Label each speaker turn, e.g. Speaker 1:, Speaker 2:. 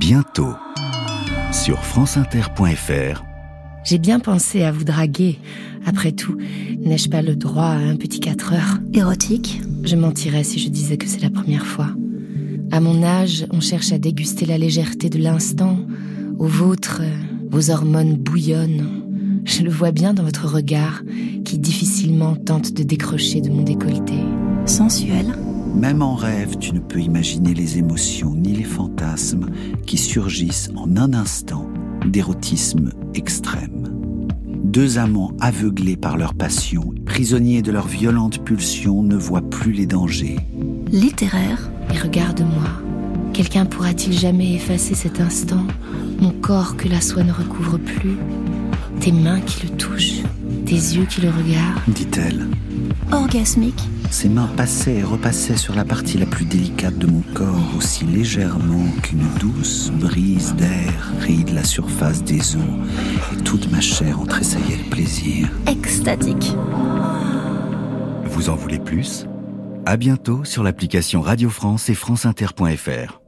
Speaker 1: Bientôt sur franceinter.fr.
Speaker 2: J'ai bien pensé à vous draguer. Après tout, n'ai-je pas le droit à un petit 4 heures
Speaker 3: Érotique
Speaker 2: Je mentirais si je disais que c'est la première fois. À mon âge, on cherche à déguster la légèreté de l'instant. Au vôtre, euh, vos hormones bouillonnent. Je le vois bien dans votre regard, qui difficilement tente de décrocher de mon décolleté.
Speaker 3: Sensuelle
Speaker 1: Même en rêve, tu ne peux imaginer les émotions ni les fantasmes qui surgissent en un instant d'érotisme extrême. Deux amants aveuglés par leur passion, prisonniers de leurs violentes pulsions, ne voient plus les dangers.
Speaker 3: Littéraire
Speaker 2: Et regarde-moi. Quelqu'un pourra-t-il jamais effacer cet instant Mon corps que la soie ne recouvre plus Tes mains qui le touchent Tes yeux qui le regardent
Speaker 1: Dit-elle,
Speaker 3: Orgasmique
Speaker 1: ses mains passaient et repassaient sur la partie la plus délicate de mon corps, aussi légèrement qu'une douce brise d'air ride la surface des eaux, et toute ma chair en tressaillait de plaisir.
Speaker 3: Extatique
Speaker 1: Vous en voulez plus À bientôt sur l'application Radio France et franceinter.fr.